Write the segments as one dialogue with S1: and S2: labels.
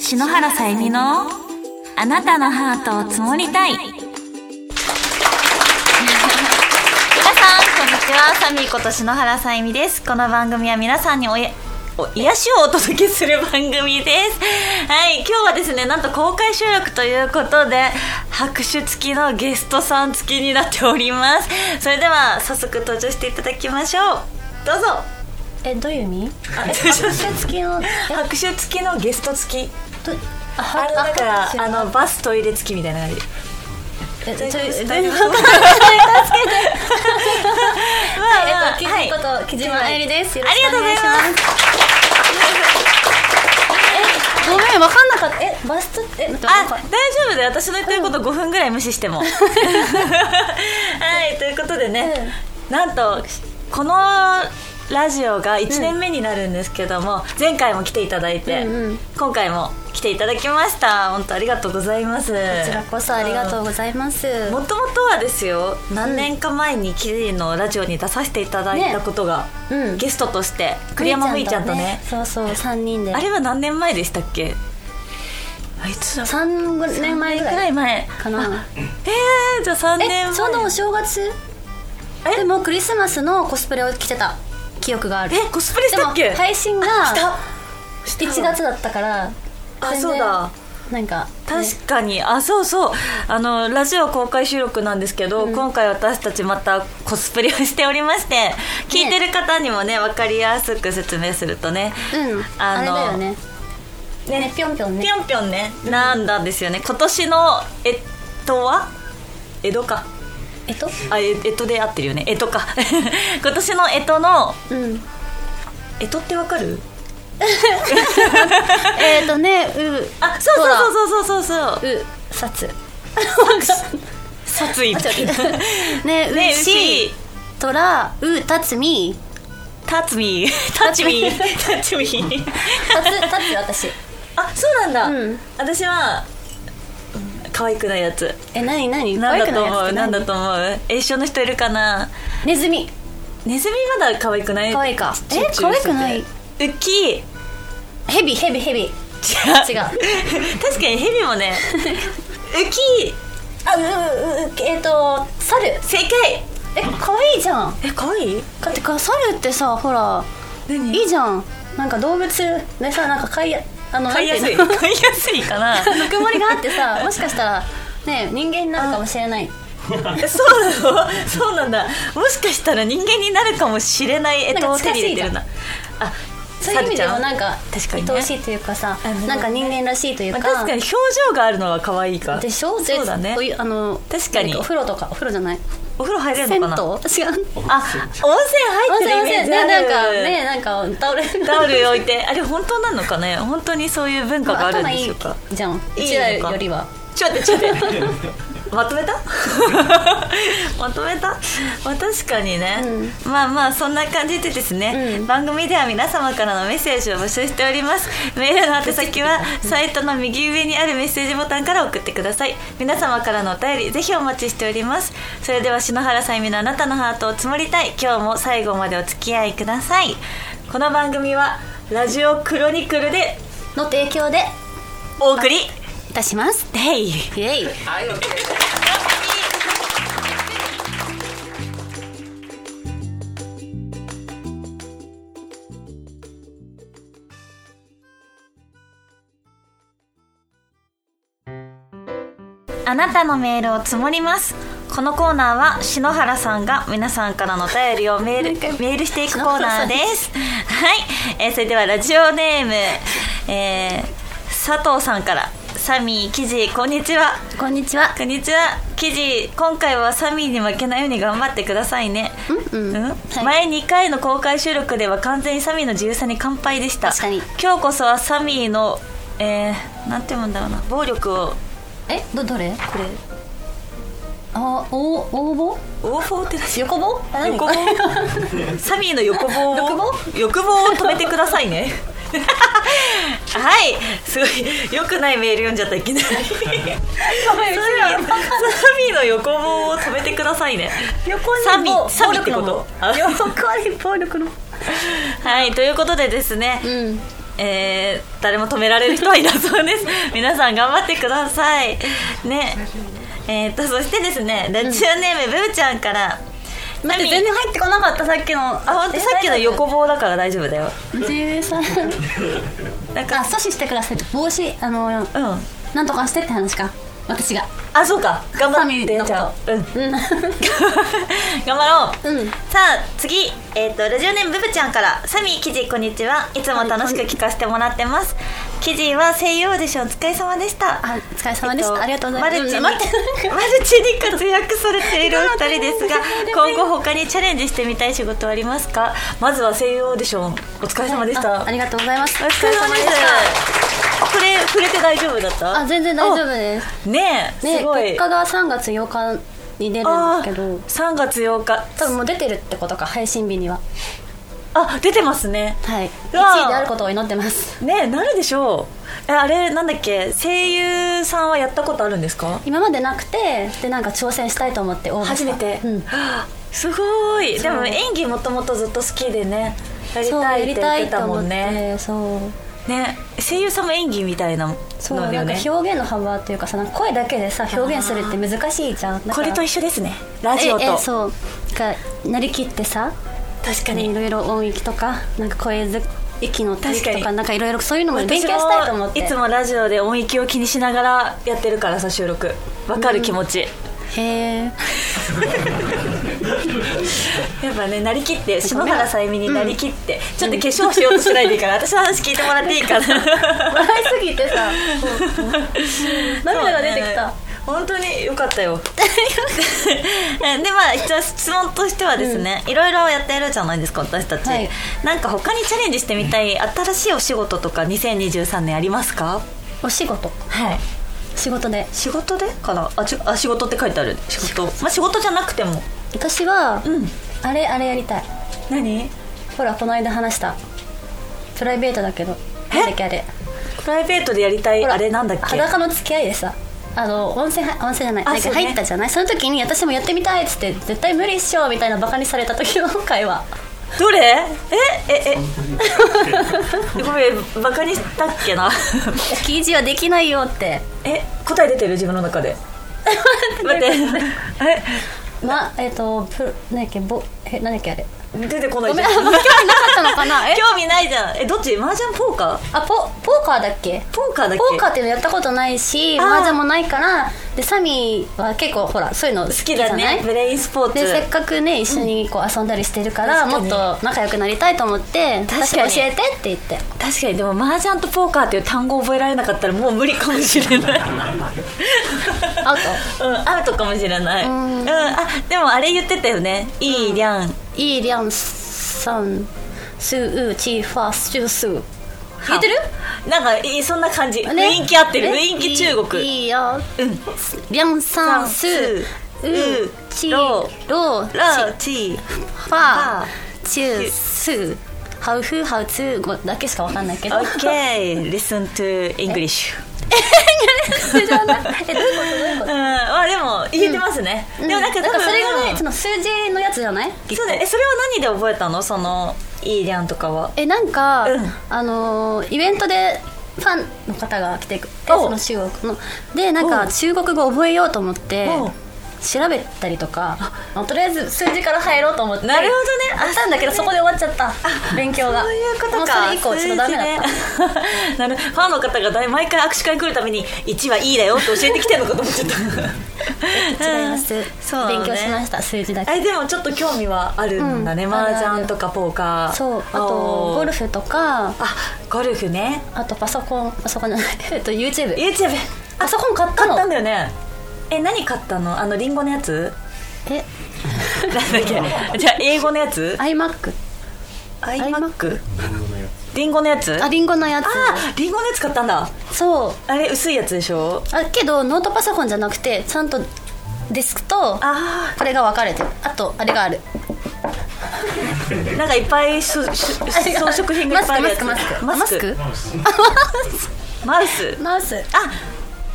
S1: 篠原さゆみのあなたのハートを積もりたい。皆さん、こんにちは。サミーこと篠原さゆみです。この番組は皆さんにおや、お癒しをお届けする番組です。はい、今日はですね、なんと公開収録ということで、拍手付きのゲストさん付きになっております。それでは、早速登場していただきましょう。どうぞ。
S2: えどういう意味？
S1: あ
S2: 拍手付きの
S1: 拍手付きのゲスト付き。
S2: ど
S1: あれだから
S2: 知
S1: あ
S2: らない
S1: のバストイレ付きみたいな感じ
S2: え
S1: 大
S2: ち
S1: 丈
S2: ょ
S1: 夫
S2: い
S1: で
S2: どう
S1: す
S2: い
S1: 大
S2: うこ
S1: 丈夫で
S2: と？助
S1: す
S2: けて。
S1: はい
S2: えっと木島こと木島愛理です。よろ
S1: あり
S2: しく
S1: がとう
S2: お
S1: ござい
S2: 願い
S1: ま
S2: します。えごめんわかんなかった。えバストえ待って
S1: あ
S2: わかんなかっ
S1: 大丈夫だよ私の言ってること5分ぐらい無視して もはいということでね、なんとこのラジオが1年目になるんですけども、前回も来ていただいて、
S2: うんうん
S1: 今回も来ていただきました本当ありがとうございますこ
S2: たこちらこそありがとうございます。
S1: もともとはですよ何年か前にキリのラジオに出させていただいたことが、
S2: ねうん
S1: ゲストとして栗山ふいちゃんとね
S2: そうそう三人で
S1: あ。れは何年前でしたっけあいつだ
S2: 三年前
S1: ぐ
S2: ぐら
S1: ら
S2: い
S1: い前
S2: かな。
S1: えー、じゃあ3年前
S2: えそのお正月？
S1: え
S2: でもクリスマスのコスプレを着てた記憶がある。
S1: えコスプレし
S2: で
S1: た
S2: も
S1: っけ
S2: 配信が
S1: した
S2: 1月だったから
S1: あ
S2: 全然
S1: そうだ
S2: なんかね
S1: 確かに、あそうそうあのラジオ公開収録なんですけど、今回私たちまたコスプレをしておりまして 聞いてる方にもね分かりやすく説明するとね、
S2: うんあれだよね
S1: ね
S2: ねぴょんぴょん
S1: ぴ
S2: ね
S1: ょんぴょんね、なんだんですよね今年のえっとは江戸か
S2: えっと
S1: あええっとで合ってるよねえとか 今年のえとの
S2: うん
S1: えとってわかる
S2: えっとねう
S1: あそうそうそうそうそうそう
S2: うさつ
S1: 殺意
S2: あ違うね
S1: ね
S2: う
S1: うし
S2: しとらうたつみ
S1: タツミタツミタツミ
S2: たつたつ私
S1: あそうなんだ、
S2: うん
S1: 私はうん可愛くないやつ
S2: えなになに
S1: なんだと
S2: 可愛くないやつ
S1: 思う
S2: って
S1: なん
S2: 何
S1: だと思う一緒の人いるかな
S2: ネズミ
S1: ネズミまだ可愛くない
S2: 可愛いか
S1: ちっちゃ
S2: え可愛くない
S1: ウッキー
S2: ヘビヘビヘビ
S1: 違
S2: 違う
S1: 確かにヘビも ねウキ
S2: あううううえっと猿え
S1: 正解
S2: 可愛いじゃん
S1: え可愛い
S2: だってか猿ってさほら
S1: 何
S2: いいじゃんなんか動物でさなんか飼いやあの
S1: 買いやすい
S2: なんてうの
S1: 買いやすいかな
S2: ぬくもりがあってさもしかしたらね人間になるかもしれない
S1: え そうなのそうなんだもしかしたら人間になるかもしれないえとを手に入れてるなあ
S2: そういう意味でもなんか
S1: 確かにね
S2: 愛おしいというかさ
S1: あなるほどね
S2: なんか人間らしいという
S1: ま
S2: か
S1: あ、確かに表情があるのは可愛いか
S2: でしょで
S1: そうだね
S2: お湯あの
S1: 確かに
S2: お風呂とかお風呂じゃない
S1: お風呂入れ
S2: 銭
S1: る
S2: 湯
S1: のかなあ
S2: 違う
S1: 温泉入
S2: 温
S1: って
S2: 泉
S1: るイ
S2: 温
S1: メー
S2: 泉ね
S1: ジある
S2: なんかねなんかタオル
S1: タオル置いてあれ本当なのかね本当にそういう文化があるん
S2: 頭
S1: で
S2: い
S1: し
S2: い
S1: ょうか
S2: じゃんう
S1: いい
S2: ちら
S1: のか
S2: よりは
S1: ちょっと待ってちょっと待ってまとめた まとめた、まあ、確かにね、まあまあそんな感じでですね、
S2: うん
S1: 番組では皆様からのメッセージを募集しておりますメールの宛先はサイトの右上にあるメッセージボタンから送ってください皆様からのお便りぜひお待ちしておりますそれでは篠原さゆみのあなたのハートを積もりたい今日も最後までお付き合いくださいこの番組はラジオクロニクルで
S2: の提供で
S1: お送り
S2: いたします
S1: デイ
S2: イエイ
S1: あなたのメールを積もりますこのコーナーは篠原さんが皆さんからのお便りをメールメールしていくコーナーですはい、えーそれではラジオネーム、えー佐藤さんからサミー記事こんにちは
S2: こんにちは
S1: こんにちは記事今回はサミーに負けないように頑張ってくださいね
S2: うんうんはい
S1: 前2回の公開収録では完全にサミーの自由さに乾杯でした
S2: 確かに
S1: 今日こそはサミーのえー、なんて読むんだろうな暴力を
S2: えどどれ
S1: これ
S2: あお応募
S1: 応募って何
S2: 横棒あ何
S1: 横棒サミーの横棒を
S2: 欲
S1: 欲望を止めてください ねはいすごいよくないメール読んじゃったいきなりサミーサミーの横棒を止めてくださいね
S2: 横
S1: サミサミってこと
S2: 横に暴力の
S1: はいということでですね、
S2: うん
S1: えー誰も止められる人はいなそうです皆さん頑張ってくださいねえー、とそしてですねラジオネームブーちゃんから、
S2: 待って全然入ってこなかったさっきの
S1: あ本当さっきの横棒だから大丈夫だよ
S2: 13
S1: なんか
S2: あ阻止してください帽子あの
S1: うん
S2: なんとかしてって話か私が
S1: あそうか頑張っ
S2: ハサミの
S1: て
S2: こと
S1: じゃあうん
S2: うん
S1: 頑張ろう、
S2: うん
S1: さあ次、えー、とラジオネームブブちゃんからサミー記事こんにちはいつも楽しく聞かせてもらってます記事は声優オーディションお疲れ様でした
S2: あお疲れ様でした、
S1: えっ
S2: ありがとうございます、うん
S1: マル
S2: 待
S1: チ
S2: っ
S1: に
S2: て
S1: マルチに活躍されているお二人ですが今後他にチャレンジしてみたい仕事はありますかまずは声優オーディションお疲れ様でした、
S2: あありがとうございます
S1: お疲れ様でしたこれ触れて大丈夫だった
S2: あ全然大丈夫です
S1: 夫ねえ
S2: ね
S1: すごい
S2: 結果が3月8日に出るんですけど
S1: 3月8日
S2: 多分もう出てるってことか配信日には
S1: あ出てますね
S2: はい
S1: う
S2: 1
S1: わー
S2: 位であることを祈ってます
S1: ねえなるでしょうえあれなんだっけ声優さんはやったことあるんですか
S2: 今までなくてでなんか挑戦したいと思って応募した
S1: 初めて、
S2: うん、
S1: すごいで
S2: そう
S1: も演技もともとずっと好きでねやり
S2: そう
S1: たい
S2: や
S1: って
S2: り
S1: 言ったて
S2: い
S1: た
S2: と
S1: も
S2: 思っ
S1: んね
S2: てそう
S1: ね声優さんも演技みたいなの
S2: そう
S1: よ
S2: なんか
S1: ね
S2: 表現の幅っていうかさなんか声だけでさ表現するって難しいじゃんだか
S1: こ
S2: ら
S1: れと一緒ですねラジオと
S2: ええそうがなりきってさ
S1: 確か
S2: ね
S1: に、
S2: いろいろ音域とかなんか声ず息の取り
S1: 確
S2: と
S1: か
S2: か
S1: に
S2: なんかいろいろそういうのも
S1: 私も
S2: 勉強したいと思って
S1: いつもラジオで音域を気にしながらやってるからさ収録わかる気持ち、
S2: へえ
S1: やっぱねなりきって篠原さゆみになりきって、ちょっと化粧しようとしないでいい から私の話聞いてもらっていいか な
S2: 笑いすぎて さ涙が出てきた
S1: そうね本当によかったよ でまあ一応質問としてはですね、いろいろやってるじゃないですか私たち、
S2: はい
S1: なんか他にチャレンジしてみたい新しいお仕事とか2023年ありますか
S2: お仕事
S1: はい
S2: 仕事で
S1: 仕事でかなあちあ仕事って書いてある仕事まあ仕事じゃなくても
S2: 私は、
S1: ん
S2: あれあれやりたい
S1: 何
S2: ほらこの間話したプライベートだけどなんだっけあれ
S1: プライベートでやりたい
S2: ほら
S1: あれなんだっけ
S2: 裸の付き合いでさあの温泉は温泉じゃない
S1: あ
S2: なん
S1: そ
S2: か
S1: うね
S2: 入ったじゃないそ,、の時に私もやってみたいっつって絶対無理っしょみたいなバカにされた時の 会話
S1: どれええ えごめんバカにしたっけな
S2: 記事はできないよって
S1: え答え出てる自分の中 で待って
S2: まえっ、とプなんだっけぼえなんだっけあれ
S1: え出てこない
S2: ご
S1: じ
S2: めん
S1: ゃ
S2: あ
S1: ん
S2: んま興味なかったのかな え
S1: 興味ないじゃんえどっち麻雀ポーカー
S2: あポポーカーだっけ
S1: ポーカーだっけ
S2: ポーカーっていうのやったことないし
S1: あー
S2: 麻雀もないからでサミーは結構ほらそういうの好
S1: 好
S2: き
S1: き
S2: じゃ
S1: だ
S2: ない
S1: ねブレインスポーツ
S2: でせっかくね一緒にこう遊んだりしてるから、
S1: 確か
S2: も
S1: に
S2: っと仲良くなりたいと思って
S1: 確かに
S2: 私教えてって言って
S1: 確かにでも麻雀とポーカーっていう単語を覚えられなかったらもう無理かもしれ ない
S2: アウ
S1: うんアウトかもしれない
S2: うん
S1: うんあでもあれ言ってたよねいいりゃん
S2: トイーリャンサンスーウチーファースチュースー言ってる
S1: なんかいいそんな感じ
S2: ね
S1: 雰囲気合ってる
S2: ね
S1: 雰囲気中国
S2: いいいよ
S1: うん
S2: リャンサンス
S1: サ
S2: ー
S1: ンス
S2: ウ
S1: う
S2: チ
S1: ロ
S2: ロロチ
S1: ラーチー
S2: ファーチュースーハウフーハウツーごだけしかわかんないけど
S1: Okay, listen to English
S2: 知らない えどういうことどういう
S1: う
S2: こ
S1: んまあでも言えてますね、
S2: と
S1: でもなんか多分
S2: それが
S1: うん
S2: ねその数字のやつじゃない
S1: そうだよえそれは何で覚えたのそのいいりゃんとかは
S2: えなんか、
S1: うん
S2: あのーイベントでファンの方が来てくれて
S1: おう
S2: その中国のでなん
S1: おう
S2: か中国語覚えようと思って
S1: おう
S2: 調べたりとかあとりあえず数字から入ろうと思って
S1: なるほどねあ
S2: やったんだけどそこで終わっちゃった勉強が
S1: そういうことか
S2: もうそれ以降ちょっとダメだった
S1: 数字ね なるファンの方がだい毎回握手会来るために1はいいだよって教えてきてるのかと思っちゃった
S2: 違います、
S1: うんそうなの
S2: 勉
S1: ね
S2: 強しました数字だけ
S1: えでもちょっと興味はあるんだね、
S2: うん
S1: 麻
S2: あるあ
S1: 雀
S2: る
S1: とかポーカー
S2: そうあとゴル
S1: フ
S2: フとか
S1: あゴルフね
S2: あとパソコンパソコンじゃないえっと YouTube
S1: YouTube
S2: パソコン買った
S1: 買
S2: の
S1: ったんだよねえ何買ったのあのリンゴのやつ
S2: え
S1: なんだっけじゃあ英語のやつ
S2: iMac
S1: ア
S2: iMac
S1: リンゴのやつ
S2: あ
S1: あ
S2: リンゴのやつ
S1: あリンゴのやつ買ったんだ
S2: そう
S1: あれ薄いやつでしょ
S2: あけどノートパソコンじゃなくてちゃんとデスクと
S1: あ
S2: これが分かれてるあとあれがある
S1: ーなんかいっぱいしゅしゅ装飾品がいっぱいあるやつ
S2: マスクマスクマス
S1: マウス
S2: クマウス
S1: あ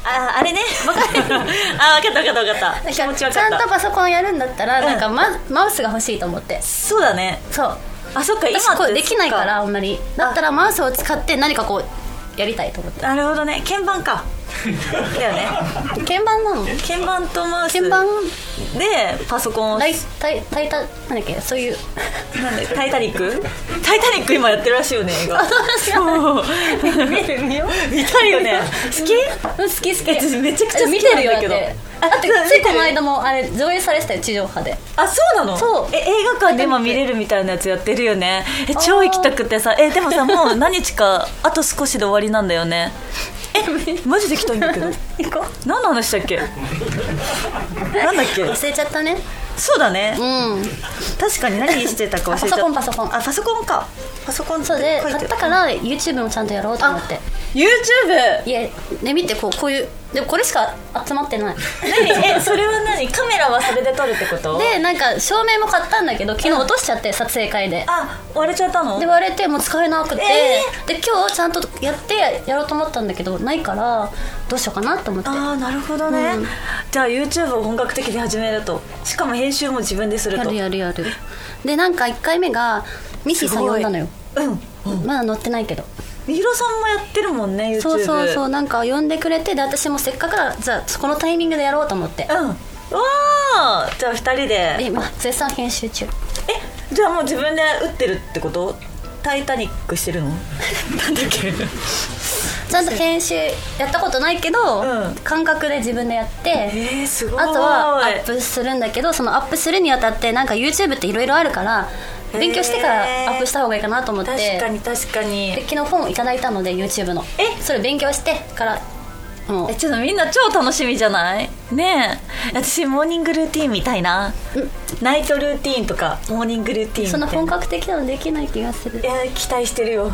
S1: ああれ ね分かったあ分かった分かった分かった
S2: なん
S1: 気持ち分
S2: ち
S1: か
S2: ゃ
S1: っ
S2: んと
S1: た
S2: パソコンやるんだったらなんかマ,、マウスが欲しいと思って
S1: そうだね
S2: そう
S1: あそっか今
S2: 私こ
S1: って
S2: れできないからあんまりだったらマウスを使って何かこうやりたいと思って
S1: なるほどね鍵盤 かだよね
S2: 鍵盤なの
S1: 鍵盤とマウス
S2: 鍵盤
S1: でパソコンを
S2: ライタイタイタなんだっけそ ういう
S1: なんでタイタニックタイタニック今やってるらしいよね映画そう
S2: 見る 見よ
S1: 見たいよね好き
S2: 好き好き
S1: え私めちゃくちゃ好き
S2: 見てるよ
S1: なんだけど
S2: だって
S1: あ
S2: だって
S1: そう
S2: ついこの
S1: 見て
S2: 間もあれ上映されてたよ地上波で
S1: あそうなの
S2: そう
S1: え映画館で今見れるみたいなやつやってるよねえ超行きたくてさえでもさもう何日かあと少しで終わりなんだよねえマジで行きたいんだけど
S2: 行こ
S1: 何の話だっけなんだっけ
S2: 忘れちゃったね
S1: そうだね
S2: うん
S1: 確かに何してたか忘れちゃった
S2: あパソコンパソコン
S1: あパソコンかパソコンって
S2: そうで
S1: 書い
S2: 買
S1: て
S2: っ
S1: る
S2: たから YouTube もちゃんとやろうと思って
S1: YouTube
S2: いやね見てこうこういうでもこれしか集まっ てない
S1: 何えそれは何カメラはそれで撮るってこと
S2: でなんか照明も買ったんだけど昨日落としちゃって撮影会で
S1: あ割れちゃったの
S2: で割れてもう使えなくて、
S1: え
S2: で今日ちゃんとやってやろうと思ったんだけどないからどうしようかなと思って
S1: ああなるほどね、
S2: うん
S1: じゃあ YouTube を本格的に始めるとしかも編集も自分でする
S2: や
S1: と
S2: るやるやるでなんか1回目がミヒさん呼んだのよ
S1: うん
S2: まだ載ってないけど
S1: みひろさんもやってるもんね YouTube
S2: そうそうそううんなんか呼んでくれてで私もせっかくだからじゃあそこのタイミングでやろうと思って
S1: わあじゃあ2人
S2: で
S1: で
S2: 今絶賛編集中
S1: えじゃあもう自分で打ってるってことタイタニックしてるのなんだっけ
S2: ちゃんと編集やったことないけど、
S1: うん
S2: 感覚で自分でやって
S1: えー、すごい
S2: あとはアップするんだけどそのアップするにあたってなんか YouTube っていろいろあるから勉強してからアップした方がいいかなと思って
S1: 確かに確かに
S2: で昨日本をいただいたので YouTube の
S1: え
S2: それ勉強してからもう
S1: えちょっとみんな超楽しみじゃないねえ私モーニングルーティンみたいなナイトルーティンとかモーニングルーティンみたいな
S2: そんな本格的なのできない気がする
S1: いや期待してるよ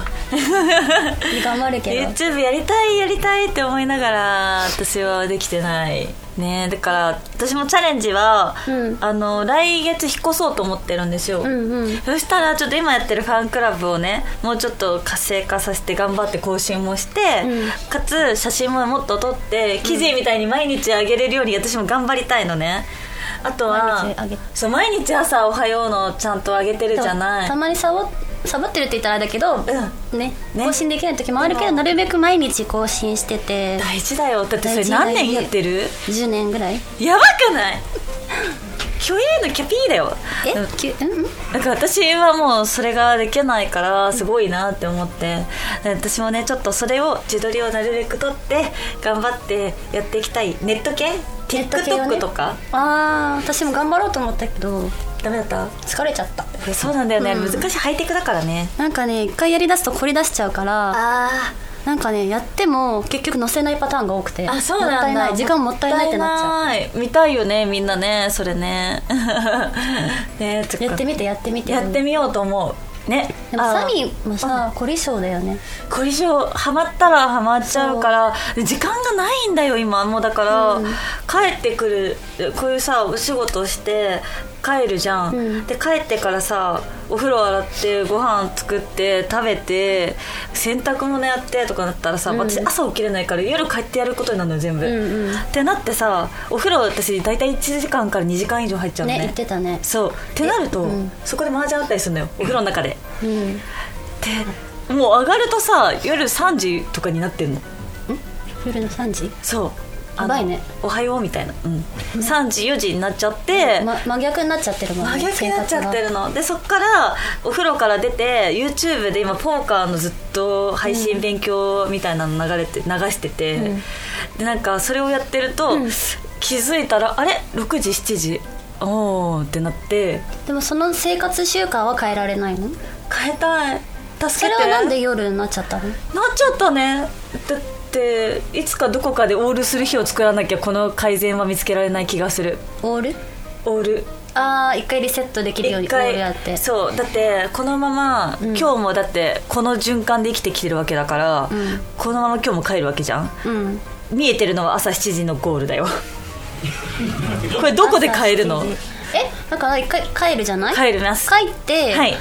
S2: 頑張るけど
S1: YouTube やりたいやりたいって思いながら私はできてないねえだから私もチャレンジは、
S2: うん
S1: あの来月引っ越そうと思ってるんですよ、
S2: うんうん
S1: そしたらちょっと今やってるファンクラブをねもうちょっと活性化させて頑張って更新もして、
S2: うん
S1: かつ写真ももっと撮って記事みたいに毎日あげれるように私も頑張りたいのねあとは
S2: 毎日あげ
S1: そう毎日朝「おはよう」のちゃんとあげてるじゃない
S2: たまにサボサボってるって言ったらあれだけど、ね
S1: ね
S2: 更新できない時もあるけ
S1: で
S2: ど
S1: も
S2: なるべく毎日更新してて
S1: 大事だよだってそれ何年やってる
S2: 10年ぐらい
S1: やばくない虚栄のキャピーだよ
S2: え
S1: うん
S2: きゅうんうん
S1: なんか私はもうそれができないからすごいなって思ってで私もねちょっとそれを自撮りをなるべく撮って頑張ってやっていきたいネット系
S2: ネット系を
S1: TikTok
S2: ね
S1: とか、
S2: ああ私も頑張ろうと思ったけど
S1: ダメだった
S2: 疲れちゃった
S1: これそうなんだよね、難しいハイテクだからね
S2: なんかね一回やりだすと凝り出しちゃうから
S1: あ
S2: なんかねやっても結局載せないパターンが多くて
S1: あそうなんだ
S2: もったいない時間もったいないってなっちゃう
S1: もたいない見たいよねみんなねそれね ねちょっと
S2: やってみてやってみて
S1: やってみようと思うね
S2: でも
S1: あー
S2: サミーもさ凝り性だよね
S1: これ以上ハマったらハマっちゃうから時間がないんだよ今もうだから、帰ってくるこういうさお仕事をして帰るじゃん、
S2: うん
S1: で帰ってからさお風呂洗ってご飯作って食べて洗濯物やってとかなったらさ、私朝起きれないから夜帰ってやることになるのよ全部、
S2: うんうん
S1: ってなってさお風呂私大体1時間から2時間以上入っちゃうの
S2: ね
S1: ね
S2: 言ってたね
S1: そうってなると、
S2: うん
S1: そこで麻雀あったりするのよお風呂の中で。
S2: うん
S1: でもう上がるとさ夜3時とかになってんの
S2: 夜の3時
S1: そうあ
S2: や
S1: の
S2: ばいね
S1: おはようみたいな、うん、3時4時になっちゃって、
S2: ま、真逆になっちゃってるもんね
S1: 真逆になっちゃって
S2: 生活
S1: るのでそっからお風呂から出て YouTube で今ポーカーのずっと配信勉強みたいなの流れて流してて、でなんかそれをやってると、気づいたらあれ6時7時おーってなって
S2: がでもその生活習慣は変えられないの
S1: 変えたい
S2: そ
S1: 助
S2: れ
S1: け
S2: は
S1: て
S2: なんで夜になっちゃったの
S1: なっちゃったねだっていつかどこかでオールする日を作らなきゃこの改善は見つけられない気がする
S2: オール
S1: オール
S2: ああ一回リセットできるように
S1: 一
S2: オール
S1: 回
S2: やって
S1: そうだってこのまま、
S2: ん
S1: 今日もだってこの循環で生きてきてるわけだから、
S2: ん
S1: このまま今日も帰るわけじゃん
S2: うん
S1: 見えてるのは朝7時のゴール だよこれどこで帰るの
S2: 朝7時えだから一回帰るじゃない
S1: 帰ります
S2: 帰って、
S1: はい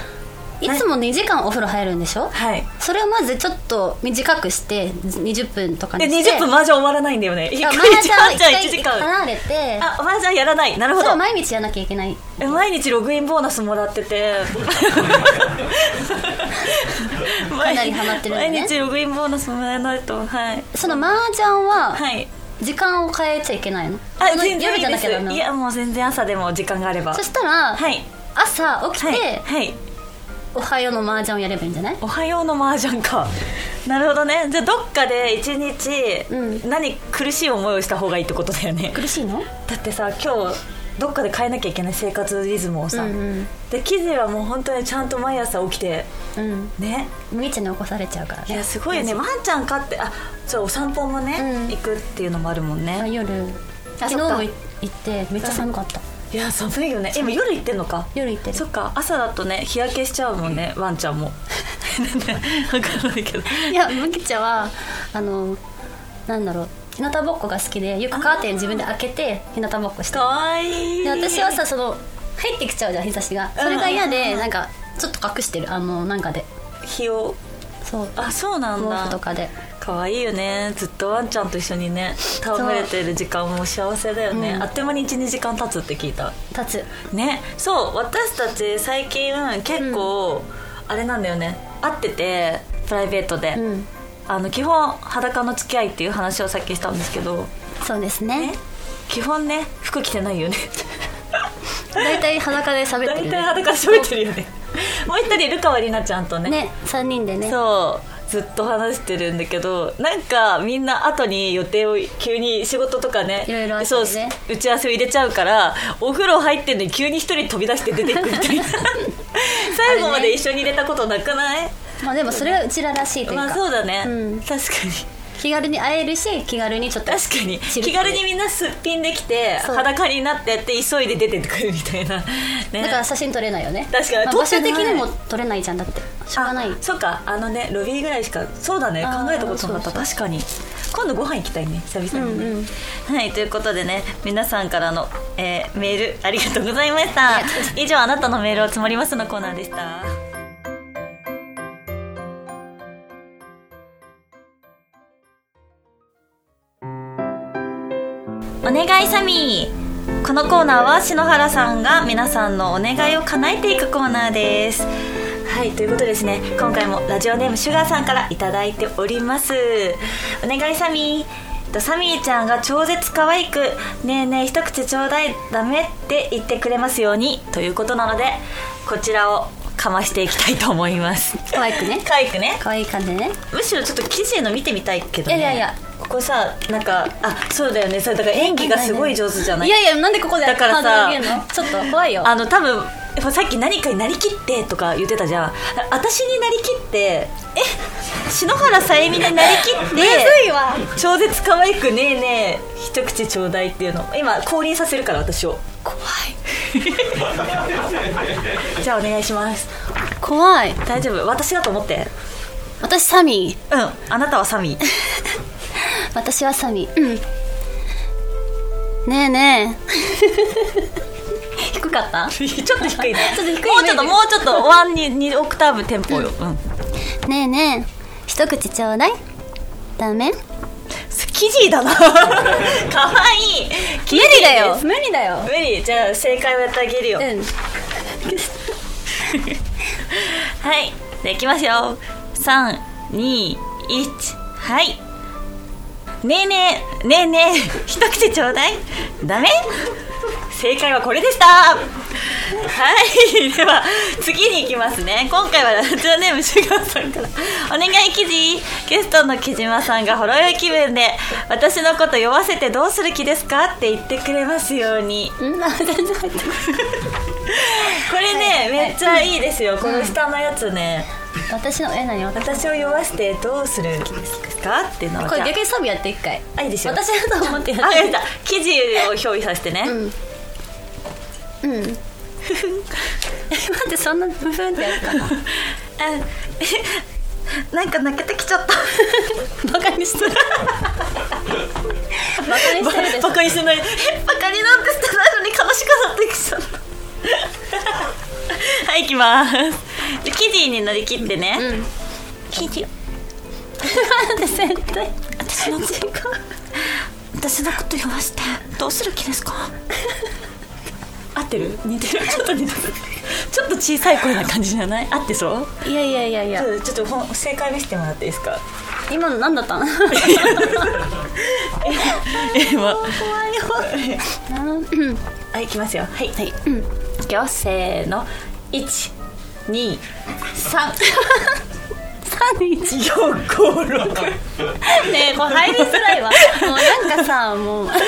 S2: いつも2時間お風呂入るんでしょ
S1: はい
S2: それをまずちょっと短くして20分とかに
S1: で
S2: して
S1: 20分麻雀終わらないんだよ ね一
S2: あ
S1: 回
S2: マ
S1: 麻
S2: ージ
S1: 雀
S2: ャンを一
S1: じゃあ1
S2: 回
S1: 時間
S2: 離れて
S1: あ麻雀やらないなるほ
S2: それ
S1: ど
S2: を毎日やらなきゃいけない
S1: え毎日ログインボーナスもらってて
S2: なりハマってるんだね
S1: 毎日ログインボーナスもらえないとはい
S2: そのマージャンは
S1: はい
S2: 時間を変えちゃいけないのその夜じゃなきゃダメ
S1: い
S2: なの
S1: やもう全然朝でも時間があれば
S2: そしたら
S1: はい
S2: 朝起き
S1: はい
S2: て
S1: はい
S2: おはようのマージャンをやればいいんじゃない
S1: おはようの麻雀かなるほどねじゃあどっかで一日、
S2: う
S1: 何苦しい思いをした方がいいってことだよね
S2: 苦しいの
S1: だってさ今日どっかで変えなきゃいけない生活リズムをさ、
S2: うんうん
S1: で記事はもう本当にちゃんと毎朝起きて
S2: うん
S1: ね
S2: みーちゃんに起こされちゃうから
S1: いや
S2: ね
S1: すごいよねワンちゃん飼ってあそうお散歩もね、
S2: うん
S1: 行くっていうのもあるもん
S2: あ
S1: ね
S2: 夜昨日
S1: そっか
S2: もい行ってめっちゃ寒かった
S1: いや寒いよね今夜行ってんのか
S2: 夜行ってる
S1: そっか朝だとね日焼けしちゃうもんねワンちゃんも 分かんないけど
S2: いやむきちゃんはあのなんだろう日向ぼっこが好きでよくカーテン自分で開けて日向ぼっこして
S1: か
S2: る
S1: わいい
S2: で私はさその入ってきちゃうじゃん日差しがそれが嫌
S1: うんうん
S2: で
S1: うん
S2: なんかちょっと隠してるあのなんかで
S1: 日を
S2: そう
S1: あそうなん
S2: 毛布
S1: だ
S2: とかで
S1: かわいいよねずっとワンちゃんと一緒にね戯れてる時間も幸せだよね、
S2: うん
S1: あっという間に12時間経つって聞いた
S2: 立つ
S1: ねそう私たち最近結構、あれなんだよね会っててプライベートで、
S2: うん
S1: あの基本裸の付き合いっていう話をさっきしたんですけど
S2: そうですね
S1: 基本ね服着てない よね
S2: 大体裸で喋って
S1: 大
S2: る
S1: 体裸で喋ってるよねもう一人いるかわりなちゃんとね
S2: ね三3人でね
S1: そうずっと話してるんだけどなんかみんな後に予定を急に仕事とかね
S2: いろいろあってね
S1: そう打ち合わせを入れちゃうからお風呂入ってんのに急に一人飛び出して出ていくみた いな最後まで一緒に入れたことなくない、
S2: まあでもそれはうちららしいという
S1: まあ
S2: か
S1: そうだね、
S2: うん
S1: 確かに
S2: 気軽に会えるし気軽にちょっと
S1: 確かに
S2: 知る
S1: 気軽にみんなすっぴんできて
S2: そう
S1: 裸になってやって急いで出てってくるみたいな、ね、
S2: だから写真撮れないよね
S1: 確かに
S2: まあ
S1: 撮
S2: 場
S1: って
S2: 所
S1: ない
S2: 的にも撮れないじゃんだってしょうがない
S1: あそっかあのねロビーぐらいしかそうだね
S2: あー
S1: 考えたことなかった
S2: そ
S1: 確かに今度ご飯行きたいね久々にね、
S2: うん
S1: はいということでね皆さんからの、えーメールありがとうございました以上あなたのメールを積もりますのコーナーでしたお願いサミーこのコーナーは篠原さんが皆さんのお願いを叶えていくコーナーですはいということですね今回もラジオネームシュガーさんからいただいておりますお願いサミーえっとサミーちゃんが超絶可愛く「ねえねえ一口ちょうだいダメ」って言ってくれますようにということなのでこちらをかましていきたいと思います
S2: 可愛くね
S1: 可愛くね
S2: 可愛い感じでね
S1: むしろちょっと記事の見てみたいけど、ね、
S2: いやいやいや
S1: ここさなんかあそうだよねそれだから演技がすごい上手じゃない
S2: いやいやなんでここで
S1: だからさ
S2: ハードル上げるのちょっと怖いよ
S1: あの多分やっぱさっき何かになりきってとか言ってたじゃん私になりきってえ篠原さゆみになりき って
S2: いわ
S1: 超絶可愛くねえねえ一口ちょうだいっていうの今降臨させるから私を
S2: 怖い
S1: じゃあお願いします
S2: 怖い
S1: 大丈夫私だと思って
S2: 私サミー
S1: うんあなたはサミ ー
S2: 私はサミーうんねえねえ 低かった
S1: ちょっと低いね
S2: ちょっと低いね
S1: もうちょっともうちょっとワンに2オクターブテンポよ、うん、
S2: ねえねえ一口ちょうだいダメ
S1: キジ だなかわいい
S2: 無理だよ無理だよ
S1: 無理じゃあ正解をやってあげるよ、
S2: うん
S1: はいでいきますよ321はいねえねえねえねえ 一口ちょうだいダメ正解はこれでしたはいでは次に行きますね今回はラジオネームシュガーさんからお願い記事ゲストの木島さんがほろ酔い気分で私のこと酔わせてどうする気ですかって言ってくれますように
S2: うんあ全然入ってない
S1: これね、
S2: はいはい
S1: めっちゃいいですよ、この下のやつね、
S2: 私のえ何私
S1: 私を酔わせてどうする気ですかっていうのは
S2: こ
S1: じ
S2: れ
S1: ゃ
S2: 逆にサミやって一回
S1: あいいですよ
S2: 私だと思ってや
S1: あ
S2: っ
S1: あや
S2: て
S1: った記事を表示させてね、
S2: うんうん待ってそんなブフンってやるかな
S1: あ なんか泣けてきちゃった
S2: バカにしてるバカにしてるでしょ
S1: バカにしてないえバカになんて してないのに悲しくなってきちゃったはい行きますキディに乗り切ってね、
S2: うん
S1: キディ
S2: で絶対
S1: 私のこと私のこと言わせてどうする気ですか合ってる似てるちょっと似てるちょっと小さい声な感じじゃない合ってそう
S2: いやいやいやいや
S1: ちょっとほん正解見せてもらっていいですか
S2: 今の何だったの
S1: えま
S2: うん
S1: あいきますよはいはい
S2: うん
S1: いきますせーの123
S2: 31
S1: 456
S2: ねえこれ入りづらい わもうなんかさもう
S1: 分かっ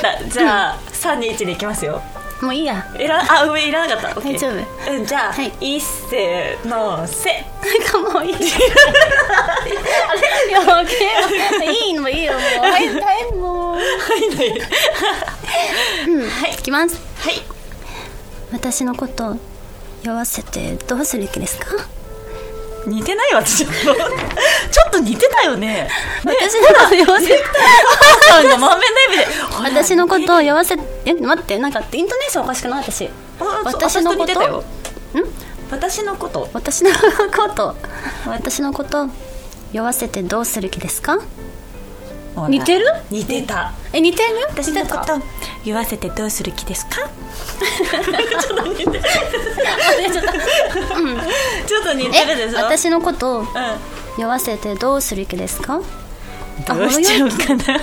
S1: たじゃあ、321でいきますよ
S2: もういいや
S1: いらあ上いらなかった、オッケー
S2: 大丈
S1: うんじゃあ、
S2: はい
S1: いっせーのせ
S2: なんかもういいあれいやもうけいいのもいいよもう入りたいもう
S1: はいない
S2: いきます
S1: はい
S2: 私のこと酔わせてどうする気ですか
S1: 似てない私ちょっと似てたよね
S2: 私のこと酔わせ
S1: さんが満面の笑みでほら
S2: 私のことを酔わせえ待ってなんかイントネーションおかしくない私
S1: あ
S2: 私のこ
S1: 私と似て
S2: と
S1: たよ
S2: ん
S1: 私のこと
S2: 私のこと私のこと酔わせてどうする気ですか
S1: ほら
S2: 似てる
S1: 似てた
S2: え似てる
S1: 私のこと言わせてどうする気ですかちょっと似てちょっと似てるで
S2: え
S1: しょ
S2: 私のことを
S1: うん
S2: 酔わせてどうする気ですかあ
S1: どうしちゃうかな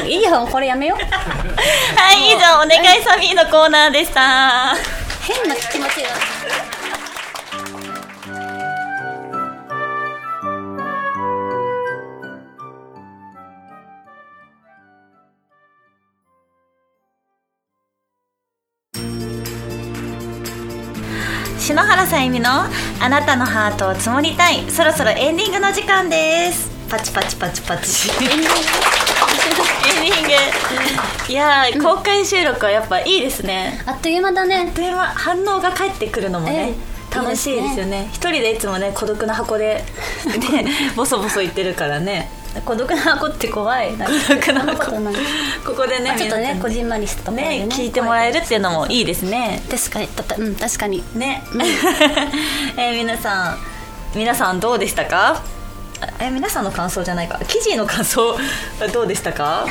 S2: もういいよこれやめよう
S1: はい以上お願いサミーのコーナーでした
S2: 変な気持ちが
S1: 篠原さゆみのあなたのハートを積もりたいそろそろエンディングの時間ですパチパチパチパチエンディングいやー公開収録はやっぱいいですね
S2: あっという間だね
S1: 電話反応が返ってくるのもね、
S2: ええ
S1: 楽しいですよね一人でいつもね孤独な箱で、ね、ボソボソ言ってるからね
S2: 孤独な箱って怖いなんか
S1: 孤独な箱
S2: そんなことない
S1: ここでね
S2: ちょっと
S1: 皆
S2: ね
S1: さん
S2: こじんまりしたところで
S1: ね聞いてもらえるっていうのもいいですね
S2: 確かにだったうん確かに
S1: ね、 えー皆さん皆さんどうでしたかあえー皆さんの感想じゃないか記事の感想 どうでしたか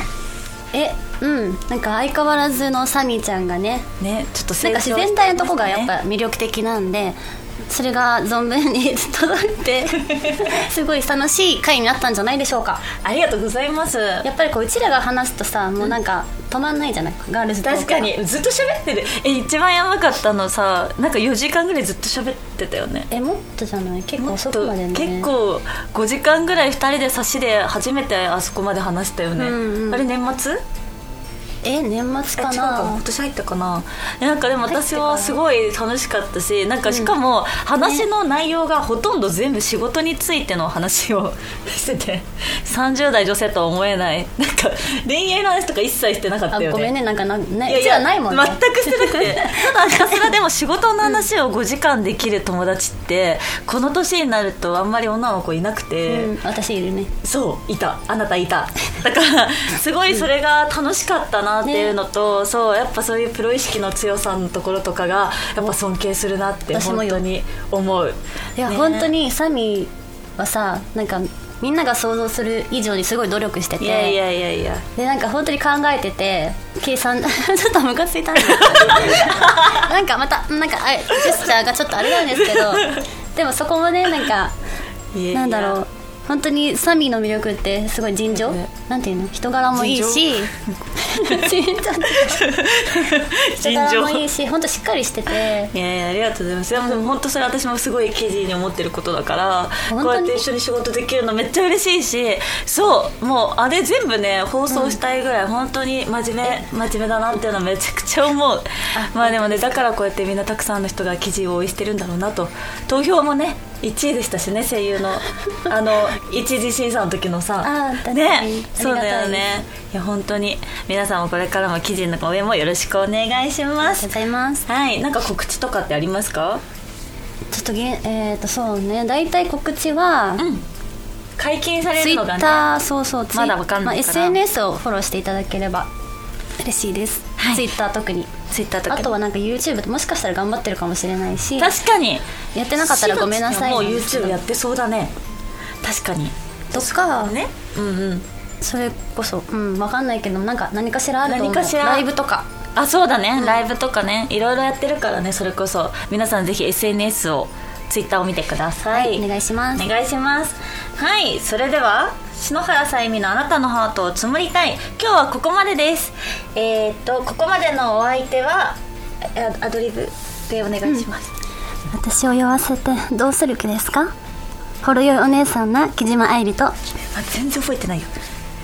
S2: えうんなんか相変わらずのサミちゃんがね
S1: ねちょっと
S2: な
S1: 成長
S2: んか自然体のとこがやっ
S1: してま
S2: ぱ魅力的なんでそれが存分に届い てすごい楽しい回になったんじゃないでしょうか
S1: したねありがとうございます
S2: やっぱりこううちらが話すとさもうなんか止まんないじゃないガールズトーク
S1: 確かにずっと喋ってるえ一番やばかったのさなんか4時間ぐらいずっと喋ってたよね
S2: えもっとじゃない結構
S1: もっ
S2: 遅
S1: と
S2: くまでね
S1: 結構5時間ぐらい2人で差しで初めてあそこまで話したよね、
S2: うんうん
S1: あれ年末
S2: え年末か
S1: え違うか
S2: な
S1: 今年入ったかなえなんかでも
S2: 入って
S1: 私
S2: から
S1: はすごい楽しかったしなんかしかも話の内容がほとんど全部仕事についての話を してて30代女性とは思えないなんか恋愛の話とか一切してなかった
S2: あ
S1: よね
S2: ごめんねなんかなね
S1: いや
S2: う
S1: い
S2: ち
S1: や
S2: らないもんね
S1: 全くしてな くてただひたすらでも仕事の話を5時間できる友達ってこの年になるとあんまり女の子いなくて、
S2: うん、私いるね
S1: そういたあなたいただからすごいそれが楽しかったなっていうのと、そうやっぱそういうプロ意識の強さのところとかがやっぱ尊敬するなって
S2: 私も
S1: 本
S2: よ
S1: 当に思う
S2: いや、
S1: ね
S2: 本当にサミはさなんかみんなが想像する以上にすごい努力してて
S1: いやいやいやいや
S2: でなんか本当に考えてて計算 ちょっとムカついたん ですけどなんかまたなんかあれジェスチャーがちょっとあれなんですけどでもそこもねなんか
S1: いやいや
S2: なんだろう本当にサミーの魅力ってすごい尋常、
S1: ね
S2: なんていうの人柄もいいし 尋常人
S1: 尋
S2: 柄
S1: 常
S2: もいいし本当しっかりしてて
S1: いやいやありがとうございますでもでも本当それ私もすごい記事に思ってることだから
S2: 本当に
S1: こうやって一緒に仕事できるのめっちゃ嬉しいしそうもうあれ全部ね放送したいぐらい本当に真面目、真面目だなっていうのめちゃくちゃ思うまあでもねだからこうやってみんなたくさんの人が記事を応援してるんだろうなと投票もね1位でしたしね声優のあ の一次審査の時のさ
S2: あー確かに
S1: ね
S2: ありがたいです
S1: そうだよねいや本当に皆さんもこれからも記事の応援もよろしくお願いし
S2: あり
S1: ま
S2: が
S1: す
S2: とうございます
S1: はい、なんか告知とかってありますか？
S2: ちょっとげえっ、とそうね大体告知は、
S1: 解禁され
S2: ツイ
S1: るの
S2: ッ
S1: がね。
S2: ターそうそうツイ
S1: まだわかんないから
S2: SNS をフォローしていただければ嬉しいです
S1: ははい
S2: ツイッター特に
S1: ツイッターとか
S2: あとはなんか YouTube ともしかしたら頑張ってるかもしれないしや
S1: 確かに
S2: ってなかったらごめんなさい
S1: もう
S2: なんですけ
S1: YouTube
S2: ど
S1: やってそうだね確かに
S2: とか
S1: ねうんうん
S2: それこそうんわかんないけどなんか何かしらあると思う
S1: 何かしら
S2: ライブとか
S1: あそうだね、ライブとかねいろいろやってるからねそれこそ皆さんぜひ SNS をツイッターを見てください、
S2: お願いします
S1: お願いしますはいそれでは篠原さゆみのあなたのハートを紡りたい今日はここまでですえー、っとここまでのお相手はあアドリブでお願いします、
S2: 私を酔わせてどうする気ですかほろ酔いお姉さんな木島愛理と
S1: あ全然覚えてないよ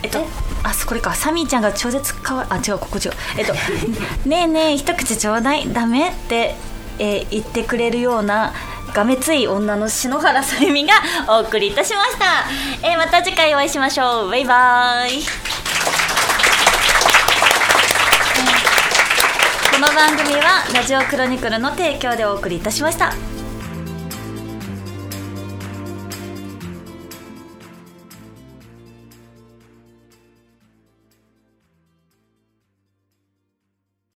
S1: えっと
S2: え
S1: あそこれかサミーちゃんが超絶かわいあ違うここ違うえっと「ねえねえ一口ちょうだいダメ?」って、えー言ってくれるようながめつい女の篠原さゆみがお送りいたしました、えーまた次回お会いしましょうバイバイこの番組は「ラジオクロニクル」の提供でお送りいたしました